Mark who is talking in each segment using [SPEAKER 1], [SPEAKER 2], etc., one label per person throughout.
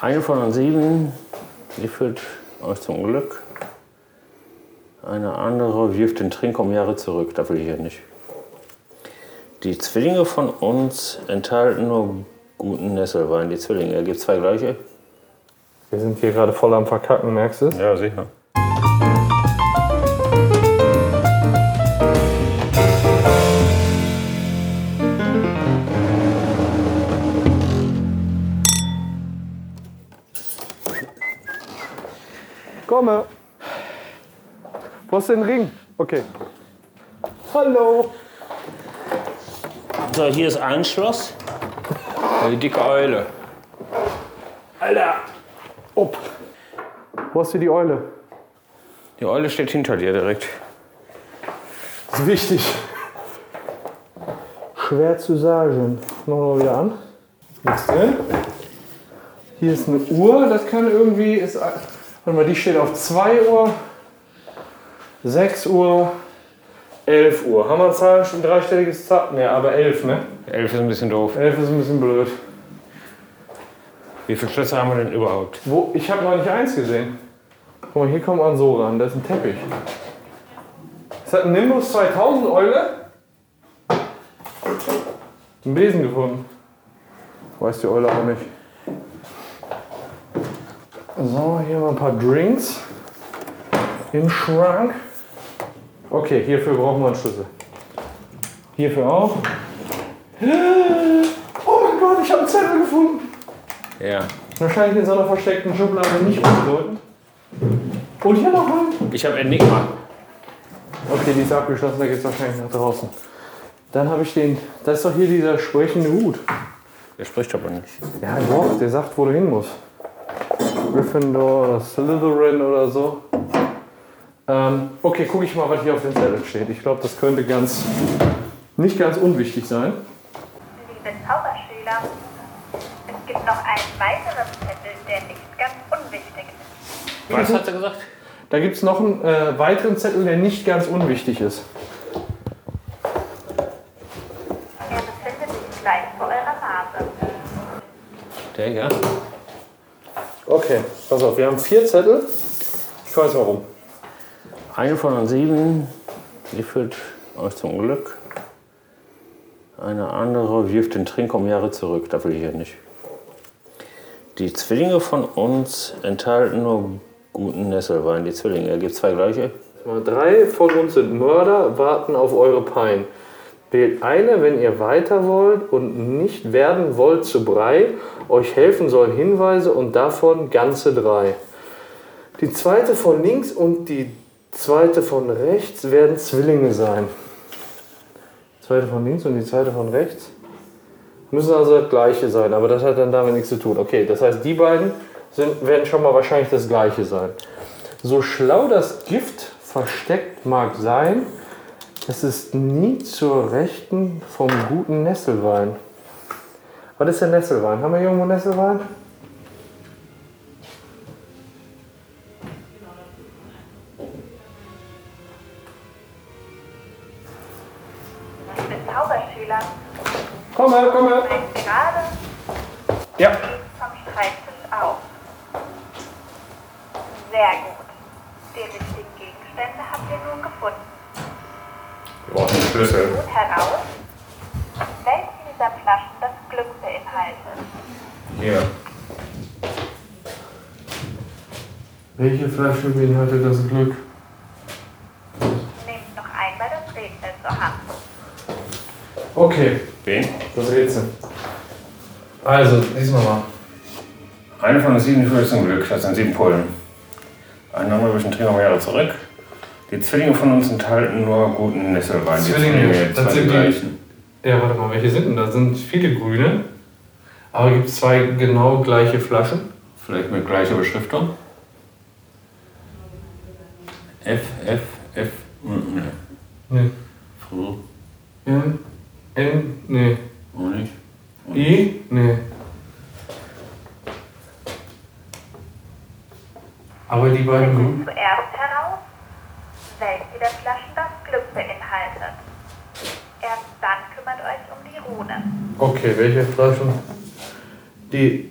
[SPEAKER 1] Eine von sieben, die führt euch zum Glück. Eine andere wirft den Trink um Jahre zurück, da will ich ja nicht. Die Zwillinge von uns enthalten nur guten Nesselwein. Die Zwillinge, er gibt zwei gleiche.
[SPEAKER 2] Wir sind hier gerade voll am Verkacken, merkst du es?
[SPEAKER 1] Ja, sicher.
[SPEAKER 2] Komme. Wo ist den Ring? Okay. Hallo.
[SPEAKER 1] So, hier ist ein Schloss.
[SPEAKER 3] Die dicke Eule.
[SPEAKER 1] Alter!
[SPEAKER 2] Upp. Wo hast du die Eule?
[SPEAKER 3] Die Eule steht hinter dir direkt.
[SPEAKER 2] Das ist wichtig. Schwer zu sagen. Machen wir mal wieder an. Nichts drin. Hier ist eine Uhr, das kann irgendwie. Ist, warte mal, die steht auf 2 Uhr, 6 Uhr, 11 Uhr. Haben wir Zahlen schon dreistelliges Zahl? Ne, aber 11, ne?
[SPEAKER 3] Elf ist ein bisschen doof.
[SPEAKER 2] 11 ist ein bisschen blöd.
[SPEAKER 3] Wie viele Schlösser haben wir denn überhaupt?
[SPEAKER 2] Wo, ich habe noch nicht eins gesehen. Guck mal, hier kommt man so ran, da ist ein Teppich. Das hat ein Nimbus 2000 Eule. Ein Besen gefunden. Weiß die Eule auch nicht. So, hier mal ein paar Drinks im Schrank. Okay, hierfür brauchen wir einen Schlüssel. Hierfür auch. Oh mein Gott, ich habe einen Zettel gefunden.
[SPEAKER 3] Ja.
[SPEAKER 2] Wahrscheinlich in so einer versteckten Schublade nicht unbedeutend. Und hier noch einen.
[SPEAKER 3] Ich habe Enigma.
[SPEAKER 2] Okay, die ist abgeschlossen, da geht es wahrscheinlich nach draußen. Dann habe ich den. Da ist doch hier dieser sprechende Hut.
[SPEAKER 3] Der spricht aber nicht.
[SPEAKER 2] Ja, doch, der sagt, wo du hin musst. Gryffindor oder Slytherin oder so. Ähm, okay, gucke ich mal, was hier auf dem Zettel steht. Ich glaube, das könnte ganz. nicht ganz unwichtig sein.
[SPEAKER 4] Liebe Zauberschüler, es gibt noch einen weiteren Zettel, der nicht ganz unwichtig ist.
[SPEAKER 3] Was hat er gesagt?
[SPEAKER 2] Da gibt es noch einen äh, weiteren Zettel, der nicht ganz unwichtig ist.
[SPEAKER 4] Er befindet sich gleich vor eurer Nase.
[SPEAKER 3] Der ja.
[SPEAKER 2] Okay, pass auf, wir haben vier Zettel. Ich weiß warum.
[SPEAKER 1] Eine von sieben, die führt euch zum Glück. Eine andere wirft den Trink um Jahre zurück, da will ich ja nicht. Die Zwillinge von uns enthalten nur guten Nesselwein. Die Zwillinge, er gibt zwei gleiche.
[SPEAKER 2] Nummer Drei von uns sind Mörder, warten auf eure Pein. Wählt eine, wenn ihr weiter wollt und nicht werden wollt zu Brei. Euch helfen sollen Hinweise und davon ganze drei. Die zweite von links und die zweite von rechts werden Zwillinge sein. Zweite von links und die zweite von rechts müssen also das gleiche sein, aber das hat dann damit nichts zu tun. Okay, das heißt, die beiden sind, werden schon mal wahrscheinlich das gleiche sein. So schlau das Gift versteckt mag sein, es ist nie zur Rechten vom guten Nesselwein. Was ist der Nesselwein? Haben wir hier irgendwo Nesselwein?
[SPEAKER 4] Liebe Zauberschüler,
[SPEAKER 2] Komm her, komm her.
[SPEAKER 4] steigt gerade
[SPEAKER 2] Ja.
[SPEAKER 4] vom Streittisch auf. Sehr gut. Die richtigen Gegenstände habt ihr nun gefunden.
[SPEAKER 3] Wir brauchen einen Schlüssel.
[SPEAKER 4] Nun heraus, welche dieser Flaschen das Glück beinhaltet.
[SPEAKER 3] Hier.
[SPEAKER 2] Welche Flasche beinhaltet das Glück?
[SPEAKER 4] Nehmt noch einmal das Rätsel zur Hand.
[SPEAKER 2] Okay,
[SPEAKER 3] Wen?
[SPEAKER 2] das Rätsel. Also, lies nochmal.
[SPEAKER 3] Eine von den sieben, die führt zum Glück. Das sind sieben Pullen. Eine andere zwischen Träger und um Jahre zurück. Die Zwillinge von uns enthalten nur guten Nesselwein.
[SPEAKER 2] Zwillinge, das
[SPEAKER 3] zwei
[SPEAKER 2] sind
[SPEAKER 3] die
[SPEAKER 2] die-
[SPEAKER 3] gleichen.
[SPEAKER 2] Ja, warte mal, welche sind denn da? Sind viele grüne, aber gibt es zwei genau gleiche Flaschen?
[SPEAKER 3] Vielleicht mit gleicher Beschriftung. F, F, F. mm, Ne.
[SPEAKER 2] Nee.
[SPEAKER 3] Früher.
[SPEAKER 2] N, N, nee.
[SPEAKER 3] Auch nicht. Und
[SPEAKER 2] I, E? nee. Aber die beiden grünen.
[SPEAKER 4] Zuerst heraus, welche der Flaschen das Glück beinhaltet. Erst dann kümmert euch um die Rune.
[SPEAKER 2] Okay, welche Flaschen? Die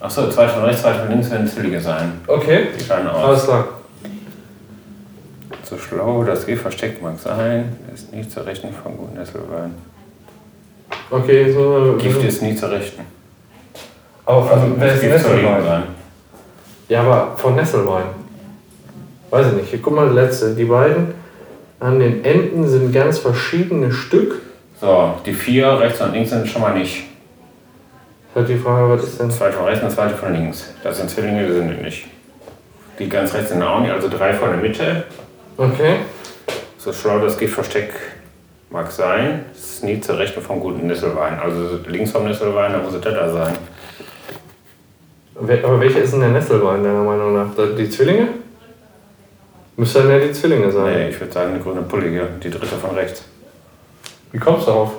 [SPEAKER 3] Achso, zwei von rechts, zwei von links werden Zwillinge sein.
[SPEAKER 2] Okay,
[SPEAKER 3] Die scheinen aus.
[SPEAKER 2] alles klar.
[SPEAKER 3] Also, So schlau, das G versteckt mag sein. Ist nie zur Rechten von guten Nesselwein.
[SPEAKER 2] Okay, jetzt müssen wir.
[SPEAKER 3] Gift ist nie zur Rechten.
[SPEAKER 2] Aber von, wer
[SPEAKER 3] muss
[SPEAKER 2] ist
[SPEAKER 3] Gift zur Linken sein.
[SPEAKER 2] Nesselwein? Ja, aber von Nesselwein. Weiß ich nicht. Hier, guck mal, die letzte. Die beiden an den Enden sind ganz verschiedene Stück.
[SPEAKER 3] So, die vier rechts und links sind schon mal nicht.
[SPEAKER 2] Hat die Frage, was ist denn?
[SPEAKER 3] Zwei von rechts und zwei von links. Das sind Zwillinge, die sind die nicht. Die ganz rechts sind auch nicht, also drei von der Mitte.
[SPEAKER 2] Okay.
[SPEAKER 3] So schlau das Giftversteck mag sein. Es ist nie zur Rechten vom guten Nesselwein. Also links vom Nesselwein, da muss es da sein.
[SPEAKER 2] Wel- Aber welche ist denn der Nesselwein, deiner Meinung nach? Da- Die Zwillinge? Müsste dann ja die Zwillinge sein.
[SPEAKER 3] Nee, ich würde sagen, eine grüne Pulle hier, die dritte von rechts.
[SPEAKER 2] Wie kommst du darauf?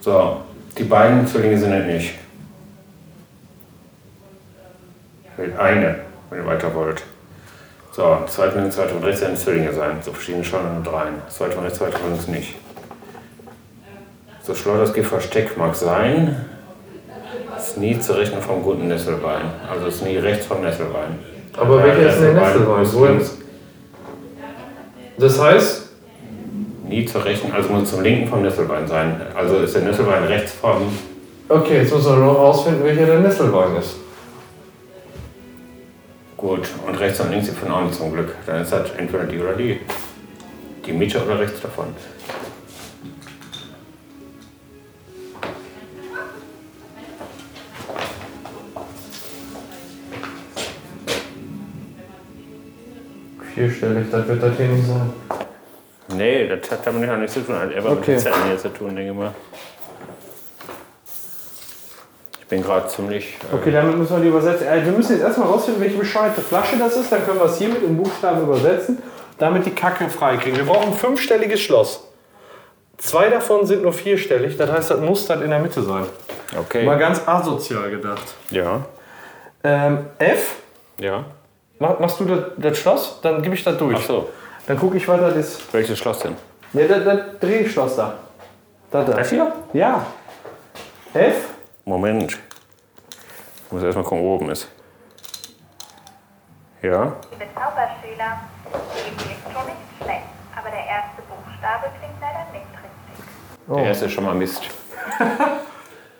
[SPEAKER 3] So, die beiden Zwillinge sind es nicht. Fehlt Halt eine, wenn ihr weiter wollt. So, zwei von links, zwei von rechts werden Zwillinge sein. So verschiedene Schalen und dreien. Zwei von rechts, zwei von links nicht. So schlau das Versteck mag sein. Ist nie zu rechnen vom guten Nesselbein. Also ist nie rechts vom Nesselbein.
[SPEAKER 2] Aber
[SPEAKER 3] Ja,
[SPEAKER 2] welcher ist denn der
[SPEAKER 3] Nesselbein
[SPEAKER 2] Nesselwein?
[SPEAKER 3] muss
[SPEAKER 2] Woher-
[SPEAKER 3] links.
[SPEAKER 2] Das heißt,
[SPEAKER 3] Nie zu rechnen, also muss zum linken vom Nesselbein sein. Also ist der Nesselbein rechts vom
[SPEAKER 2] okay, jetzt müssen wir nur noch rausfinden, welcher der Nesselwein ist.
[SPEAKER 3] Gut, und rechts und links sind auch nicht zum Glück. Dann ist das entweder die oder die. Die Mitte oder rechts davon.
[SPEAKER 2] Vierstellig, das wird das hier nicht sein.
[SPEAKER 3] Nee, das hat damit ja nichts zu tun. Hat einfach mit
[SPEAKER 2] Okay.
[SPEAKER 3] den Zellen hier zu tun, denke ich mal. Ich bin gerade ziemlich. Äh,
[SPEAKER 2] Okay, damit müssen wir die übersetzen. Äh, wir müssen jetzt erstmal rausfinden, welche bescheuerte Flasche das ist. Dann können wir es hier mit in Buchstaben übersetzen, damit die Kacke freikriegen. Wir brauchen ein fünfstelliges Schloss. Zwei davon sind nur vierstellig, das heißt, das muss dann in der Mitte sein. Mal
[SPEAKER 3] okay.
[SPEAKER 2] ganz asozial gedacht.
[SPEAKER 3] Ja,
[SPEAKER 2] Ähm, F,
[SPEAKER 3] ja.
[SPEAKER 2] mach, machst du das, das Schloss? Dann gebe ich das durch.
[SPEAKER 3] Ach so,
[SPEAKER 2] Dann gucke ich weiter das.
[SPEAKER 3] welches Schloss denn?
[SPEAKER 2] Ja, das, das Drehschloss da. Das, da.
[SPEAKER 3] hier?
[SPEAKER 2] Ja. F,
[SPEAKER 3] Moment. Ich muss erstmal gucken, wo oben ist. Ja,
[SPEAKER 4] Liebe Zauberschüler, die Idee ist schon nicht schlecht, aber der erste Buchstabe klingt leider nicht richtig.
[SPEAKER 3] der erste ist schon mal Mist.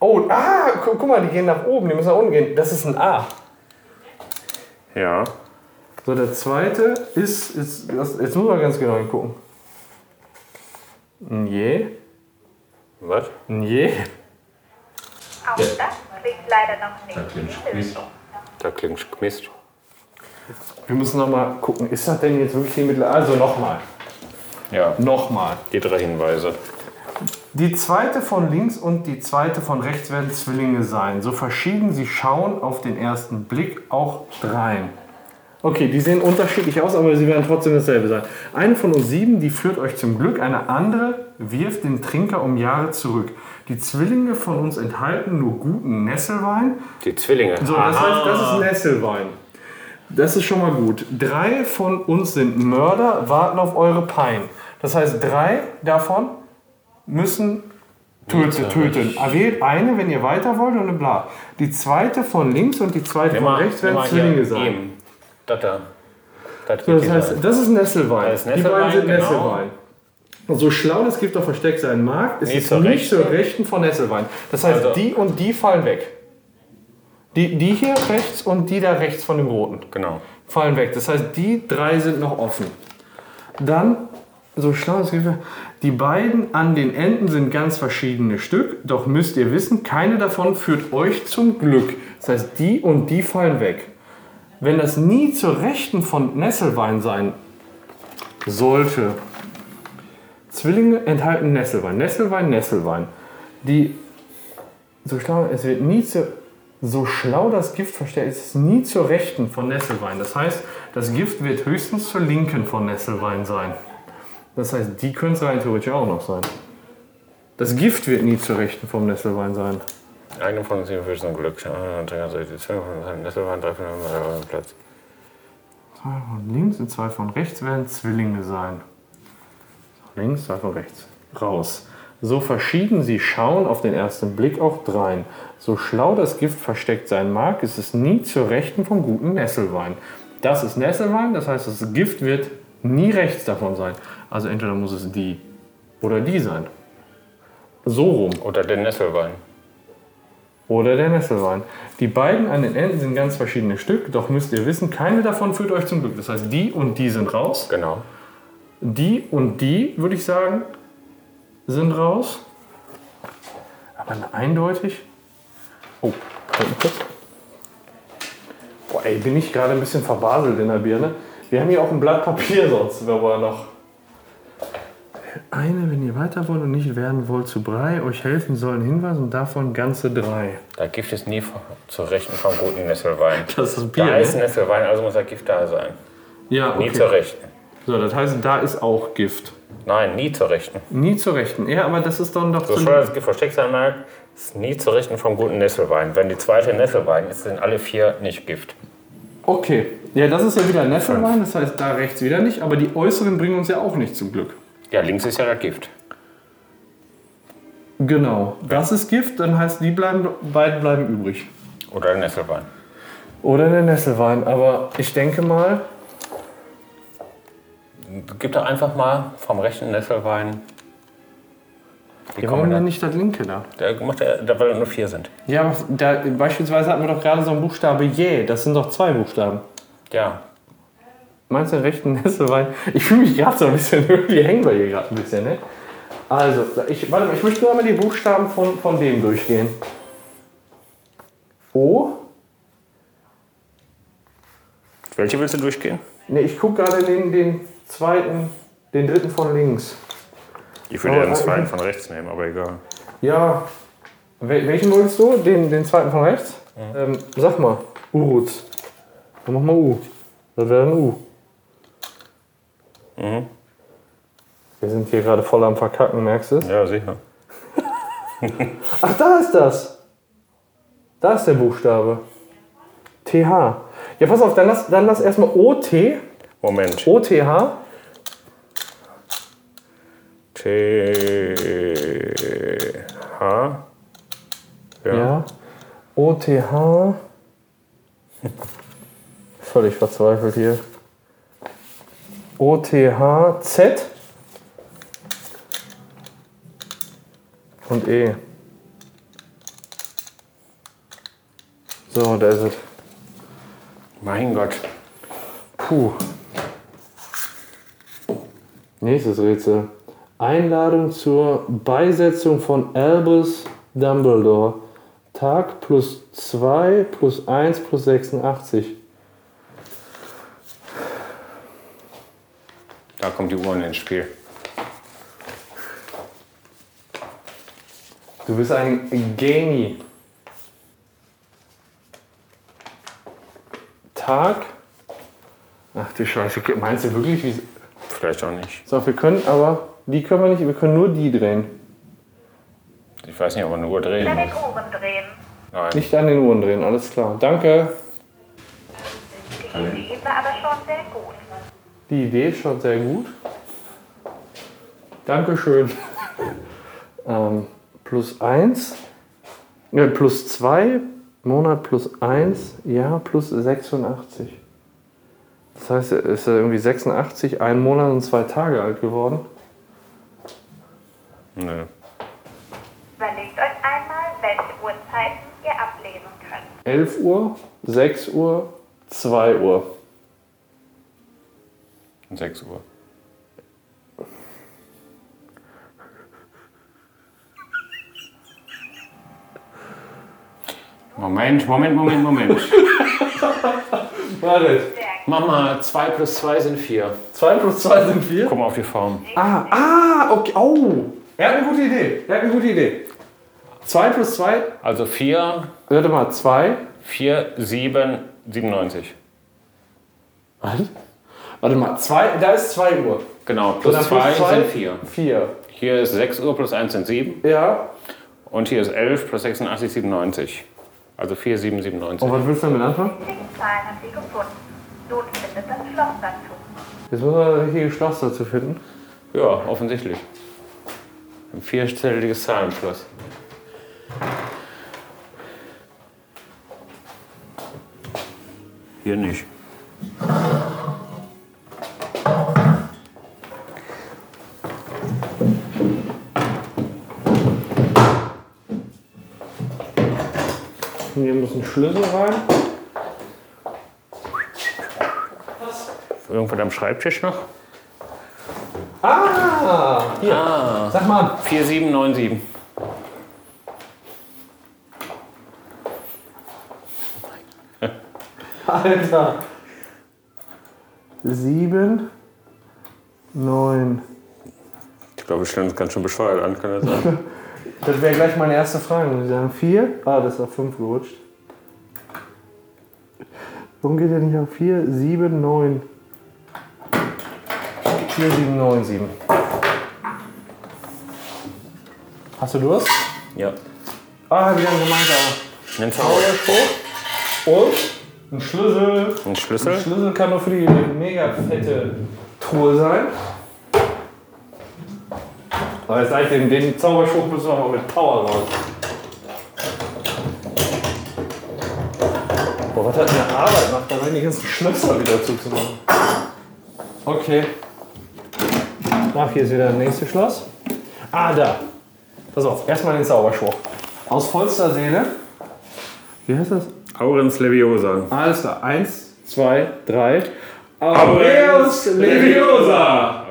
[SPEAKER 2] Oh, ah, gu guck mal, die gehen nach oben, die müssen nach unten gehen. Das ist ein A.
[SPEAKER 3] Ja,
[SPEAKER 2] So, der zweite ist, ist das, jetzt muss man ganz genau hingucken. Nje,
[SPEAKER 3] was?
[SPEAKER 2] nje.
[SPEAKER 4] Auch das klingt leider noch nicht richtig.
[SPEAKER 3] Da klingt Mist.
[SPEAKER 2] Wir müssen nochmal gucken, ist das denn jetzt wirklich die Mittel? Also nochmal,
[SPEAKER 3] Ja,
[SPEAKER 2] Hm. nochmal.
[SPEAKER 3] die drei Hinweise.
[SPEAKER 2] Die zweite von links und die zweite von rechts werden Zwillinge sein. So verschieden sie schauen auf den ersten Blick auch dreien. Okay, die sehen unterschiedlich aus, aber sie werden trotzdem dasselbe sein. Eine von uns sieben, die führt euch zum Glück, eine andere wirft den Trinker um Jahre zurück. Die Zwillinge von uns enthalten nur guten Nesselwein.
[SPEAKER 3] Die Zwillinge.
[SPEAKER 2] So, das heißt, das ist Nesselwein. Das ist schon mal gut. Drei von uns sind Mörder, warten auf eure Pein. Das heißt, drei davon müssen töten. töten. Erwählt eine, wenn ihr weiter wollt und dann bla. Die zweite von links und die zweite von rechts werden Zwillinge sein.
[SPEAKER 3] Das da. Das,
[SPEAKER 2] So, das heißt, das ist Nesselwein.
[SPEAKER 3] Das ist
[SPEAKER 2] die beiden
[SPEAKER 3] Nesselwein,
[SPEAKER 2] sind
[SPEAKER 3] genau.
[SPEAKER 2] Nesselwein. Und so schlau das Gift auf Versteck sein mag, ist
[SPEAKER 3] Nie
[SPEAKER 2] es
[SPEAKER 3] zur
[SPEAKER 2] nicht zur Rechten von Nesselwein. Das heißt,
[SPEAKER 3] Also-
[SPEAKER 2] die und die fallen weg. Die, die hier rechts und die da rechts von dem Roten
[SPEAKER 3] genau.
[SPEAKER 2] fallen weg. Das heißt, die drei sind noch offen. Dann, so schlau das Gefühl, die beiden an den Enden sind ganz verschiedene Stück, doch müsst ihr wissen, keine davon führt euch zum Glück. Das heißt, die und die fallen weg. Wenn das nie zur Rechten von Nesselwein sein sollte, Zwillinge enthalten Nesselwein, Nesselwein, Nesselwein. Die so schlau, es wird nie zu, so schlau das Gift verstärkt, es ist nie zur Rechten von Nesselwein. Das heißt, das Gift wird höchstens zur Linken von Nesselwein sein. Das heißt, die können es rein theoretisch auch noch sein. Das Gift wird nie zur Rechten vom Nesselwein sein.
[SPEAKER 3] Eine von uns ist ein Glück. Dann trinken sie die Zwillinge von seinem Nesselwein, drei von einem Platz.
[SPEAKER 2] Zwei von links und zwei von rechts werden Zwillinge sein. Links, zwei von rechts. Raus. So verschieden sie schauen, auf den ersten Blick auch drein. So schlau das Gift versteckt sein mag, ist es nie zur Rechten vom guten Nesselwein. Das ist Nesselwein, das heißt, das Gift wird nie rechts davon sein. Also entweder muss es die oder die sein. So rum.
[SPEAKER 3] Oder der Nesselwein.
[SPEAKER 2] Oder der Nesselwein. Die beiden an den Enden sind ganz verschiedene Stück, doch müsst ihr wissen, keine davon führt euch zum Glück. Das heißt, die und die sind raus.
[SPEAKER 3] Genau.
[SPEAKER 2] Die und die, würde ich sagen, sind raus. Aber eindeutig. Oh, halt mal kurz. Boah, ey, bin ich gerade ein bisschen verbaselt in der Birne. Wir haben hier auch ein Blatt Papier sonst, wenn wir noch. Eine, wenn ihr weiter wollt und nicht werden wollt zu Brei, euch helfen sollen Hinweis und davon ganze drei.
[SPEAKER 3] Da Gift ist nie von- zur Rechten vom guten Nesselwein.
[SPEAKER 2] Das ist
[SPEAKER 3] Da ist
[SPEAKER 2] ne?
[SPEAKER 3] Nesselwein, also muss das Gift da sein.
[SPEAKER 2] Ja,
[SPEAKER 3] Nie zur
[SPEAKER 2] okay.
[SPEAKER 3] Rechten.
[SPEAKER 2] So, das heißt, da ist auch Gift.
[SPEAKER 3] Nein, nie zur Rechten.
[SPEAKER 2] Nie zur Rechten. Ja, aber das ist dann doch
[SPEAKER 3] So
[SPEAKER 2] so-
[SPEAKER 3] schön das Gift versteckt sein mag, ist nie zur Rechten vom guten Nesselwein. Wenn die zweite Nesselwein ist, sind alle vier nicht Gift.
[SPEAKER 2] Okay. Ja, das ist ja wieder Nesselwein, das heißt da rechts wieder nicht, aber die äußeren bringen uns ja auch nicht zum Glück.
[SPEAKER 3] Ja, links ist ja das Gift.
[SPEAKER 2] Genau. Das ist Gift, dann heißt die bleiben, beiden bleiben übrig.
[SPEAKER 3] Oder der Nesselwein.
[SPEAKER 2] Oder der Nesselwein, aber ich denke mal,
[SPEAKER 3] Gib doch einfach mal vom rechten Nesselwein. Wie
[SPEAKER 2] wir
[SPEAKER 3] kommen
[SPEAKER 2] haben
[SPEAKER 3] wir
[SPEAKER 2] ja
[SPEAKER 3] da?
[SPEAKER 2] nicht das linke da.
[SPEAKER 3] Da macht er, da weil da nur vier sind.
[SPEAKER 2] Ja, aber da, beispielsweise hatten wir doch gerade so einen Buchstabe J, das sind doch zwei Buchstaben.
[SPEAKER 3] Ja.
[SPEAKER 2] Meinst du den rechten Nesselwein? Ich fühle mich gerade so ein bisschen, irgendwie hängen wir hier gerade ein bisschen, ne? Also, ich, warte mal, ich möchte nur mal die Buchstaben von, von dem durchgehen. O,
[SPEAKER 3] Welche willst du durchgehen?
[SPEAKER 2] ne, ich gucke gerade den, den zweiten, den dritten von links.
[SPEAKER 3] Ich
[SPEAKER 2] würde ja den zweiten
[SPEAKER 3] von rechts nehmen, aber egal.
[SPEAKER 2] Ja, wel welchen wolltest du? Den, den zweiten von rechts? Ähm, sag mal, Uruts. Dann mach mal U. Das wäre ein U. Wir sind hier gerade voll am Verkacken, merkst du es?
[SPEAKER 3] Ja, sicher.
[SPEAKER 2] Ach, da ist das. Da ist der Buchstabe. TH. Ja, pass auf, dann lass, dann lass erstmal OT.
[SPEAKER 3] Moment.
[SPEAKER 2] OTH.
[SPEAKER 3] T. H.
[SPEAKER 2] Ja. OTH. Völlig verzweifelt hier. OTH Z. Und E. So, da ist es.
[SPEAKER 3] Mein Gott.
[SPEAKER 2] Puh. Nächstes Rätsel. Einladung zur Beisetzung von Albus Dumbledore. Tag plus 2 plus 1 plus 86.
[SPEAKER 3] Da kommt die Uhren ins Spiel.
[SPEAKER 2] Du bist ein Genie. Tag. Ach du Scheiße, meinst du wirklich, wie.
[SPEAKER 3] Vielleicht auch nicht.
[SPEAKER 2] So, wir können aber. Die können wir nicht, wir können nur die drehen.
[SPEAKER 3] Ich weiß nicht, ob man eine Uhr drehen
[SPEAKER 4] An den
[SPEAKER 3] muss.
[SPEAKER 4] Ohren drehen.
[SPEAKER 3] Nein.
[SPEAKER 2] Nicht an den Uhren drehen, alles klar. Danke.
[SPEAKER 4] Die Ebene aber schon sehr gut.
[SPEAKER 2] Die Idee ist schon sehr gut. Dankeschön. ähm, plus 1, ne, plus 2, Monat plus 1, Jahr plus 86. Das heißt, er ist ja irgendwie 86, ein Monat und zwei Tage alt geworden.
[SPEAKER 3] Nö.
[SPEAKER 4] Überlegt euch einmal, welche Uhrzeiten ihr ablesen könnt.
[SPEAKER 2] 11 Uhr, 6 Uhr, 2 Uhr.
[SPEAKER 3] 6 Um Uhr. Moment, Moment, Moment, Moment.
[SPEAKER 2] Warte,
[SPEAKER 3] Mama, 2 plus 2 sind 4.
[SPEAKER 2] 2 plus 2 sind 4?
[SPEAKER 3] Guck mal auf die Form.
[SPEAKER 2] Ah, ah, okay, oh. Er hat eine gute Idee, er hat eine gute Idee. 2 plus 2,
[SPEAKER 3] Also 4,
[SPEAKER 2] warte mal, 2
[SPEAKER 3] 4, 7, 97.
[SPEAKER 2] Was? Warte mal, zwei, da ist 2 Uhr.
[SPEAKER 3] Genau, plus
[SPEAKER 2] Oder
[SPEAKER 3] 2
[SPEAKER 2] zwei?
[SPEAKER 3] sind 4.
[SPEAKER 2] 4.
[SPEAKER 3] Hier ist 6 Uhr plus 1 sind 7.
[SPEAKER 2] Ja.
[SPEAKER 3] Und hier ist 11 plus 86, 97. Also 4, 7, 97.
[SPEAKER 2] Und was willst du damit anfangen?
[SPEAKER 4] Die Zahlen habt ihr gefunden. Nun findet das Schloss dazu.
[SPEAKER 2] Jetzt müssen wir das richtige Schloss dazu finden.
[SPEAKER 3] Ja, offensichtlich. Ein vierstelliges Zahlenfluss. Hier nicht.
[SPEAKER 2] Hier muss ein Schlüssel rein.
[SPEAKER 3] Irgendwas am Schreibtisch noch?
[SPEAKER 2] Ah! Hier. Sag mal.
[SPEAKER 3] 4797.
[SPEAKER 2] Alter. Sieben. Neun.
[SPEAKER 3] Ich glaube, ich stelle uns ganz schön bescheuert an, kann das sein?
[SPEAKER 2] Das wäre gleich meine erste Frage. Und Sie sagen 4. Ah, das ist auf 5 gerutscht. Warum geht er nicht auf 4? 7, 9. 4, 7, 9, 7. Hast du Durst?
[SPEAKER 3] ja.
[SPEAKER 2] Ah, wieder ein gemeinsamer
[SPEAKER 3] Nimmst du auch
[SPEAKER 2] Zauberspruch. Und ein Schlüssel.
[SPEAKER 3] einen
[SPEAKER 2] Ein
[SPEAKER 3] Schlüssel?
[SPEAKER 2] Schlüssel kann nur für die mega fette Truhe sein. Aber jetzt sag ich dem, den Zauberspruch müssen wir mal mit Power raus. Boah, was hat denn eine Arbeit macht, da rein die ganzen Schlösser wieder zuzumachen. Okay. Ach, hier ist wieder das nächste Schloss. Ah, da. Pass auf, erstmal den Zauberspruch. Aus vollster Seele. Wie heißt das?
[SPEAKER 3] Aurens Leviosa.
[SPEAKER 2] Alles klar. Also, Eins, zwei, drei. Aureus Leviosa!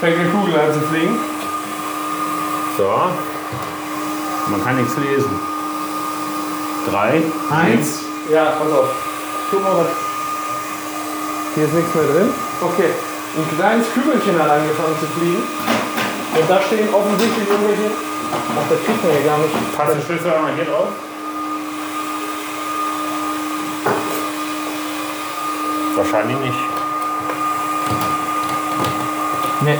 [SPEAKER 2] Fängt eine Kugel an zu fliegen.
[SPEAKER 3] So. Man kann nichts lesen. Drei.
[SPEAKER 2] Eins. Ja, pass auf. Guck mal, was. Hier ist nichts mehr drin. Okay. Ein kleines Kügelchen hat angefangen zu fliegen. Und da stehen offensichtlich irgendwelche. Ach, das kriegt man ja gar nicht.
[SPEAKER 5] Passt der Schlüssel einmal hier drauf?
[SPEAKER 3] Wahrscheinlich nicht.
[SPEAKER 2] Nee.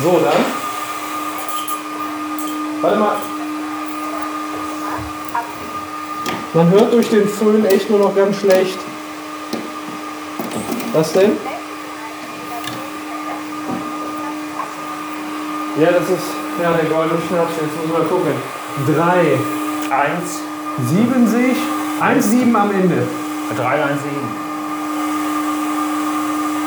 [SPEAKER 2] So, dann. Warte mal. Man hört durch den Föhn echt nur noch ganz schlecht. Was denn? Ja, das ist. Ja, der goldene Schnaps. Jetzt müssen wir gucken. 3,
[SPEAKER 3] Eins.
[SPEAKER 2] 70, 1, 7 am Ende.
[SPEAKER 3] Drei, eins, sieben.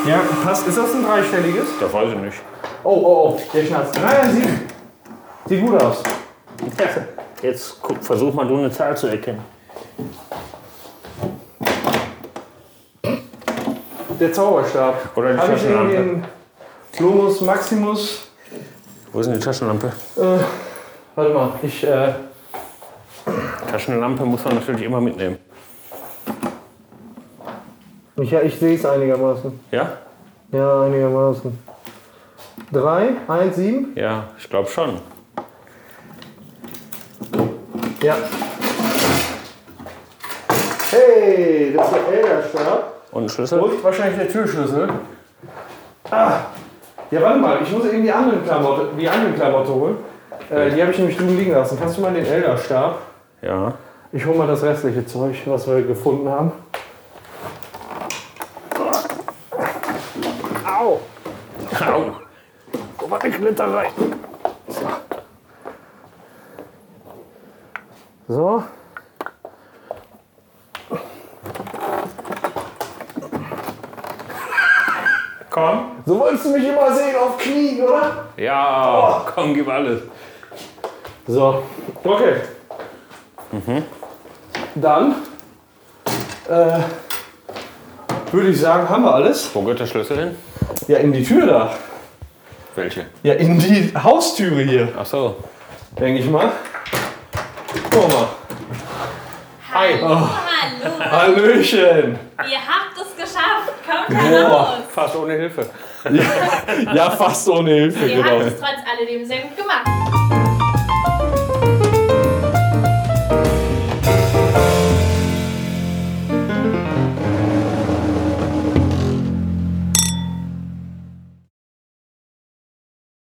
[SPEAKER 2] Ja, passt. Ist das ein dreistelliges?
[SPEAKER 3] Das weiß ich nicht.
[SPEAKER 2] Oh, oh, oh. Der Schnaps. 3, 1, 7. Sieht gut aus.
[SPEAKER 3] Jetzt guck, versuch mal, du eine Zahl zu erkennen.
[SPEAKER 2] Der Zauberstab.
[SPEAKER 3] Oder die
[SPEAKER 2] Hab ich
[SPEAKER 3] Taschenlampe.
[SPEAKER 2] den Glomus Maximus.
[SPEAKER 3] Wo ist denn die Taschenlampe?
[SPEAKER 2] Äh, warte mal, ich. Äh,
[SPEAKER 3] Taschenlampe muss man natürlich immer mitnehmen.
[SPEAKER 2] ich, ja, ich sehe es einigermaßen.
[SPEAKER 3] Ja?
[SPEAKER 2] Ja, einigermaßen. 3, 1, 7.
[SPEAKER 3] Ja, ich glaube schon.
[SPEAKER 2] Ja. Hey, das ist der Elderstab.
[SPEAKER 3] Und einen Schlüssel?
[SPEAKER 2] Und wahrscheinlich der Türschlüssel. Ah. Ja, warte mal, ich muss eben die anderen Klamotte, die anderen Klamotte holen. Äh, die habe ich nämlich drüben liegen lassen. Kannst du mal den Elderstab?
[SPEAKER 3] Ja.
[SPEAKER 2] Ich hole mal das restliche Zeug, was wir gefunden haben. Au!
[SPEAKER 3] Au.
[SPEAKER 2] Wo war der Glitter rein? So.
[SPEAKER 3] Komm.
[SPEAKER 2] So wolltest du mich immer sehen auf Knien, oder?
[SPEAKER 3] Ja, komm, gib alles.
[SPEAKER 2] So. Okay. Dann äh, würde ich sagen, haben wir alles.
[SPEAKER 3] Wo gehört der Schlüssel hin?
[SPEAKER 2] Ja, in die Tür da.
[SPEAKER 3] Welche?
[SPEAKER 2] Ja, in die Haustüre hier.
[SPEAKER 3] Ach so.
[SPEAKER 2] Denke ich mal. Guck mal.
[SPEAKER 6] Hi. Hallo.
[SPEAKER 2] Hallöchen.
[SPEAKER 6] Ihr habt es geschafft. Kommt heraus.
[SPEAKER 3] Fast ohne Hilfe.
[SPEAKER 2] Ja, fast ohne Hilfe,
[SPEAKER 6] Ihr
[SPEAKER 2] genau.
[SPEAKER 6] habt es trotz alledem sehr gut gemacht.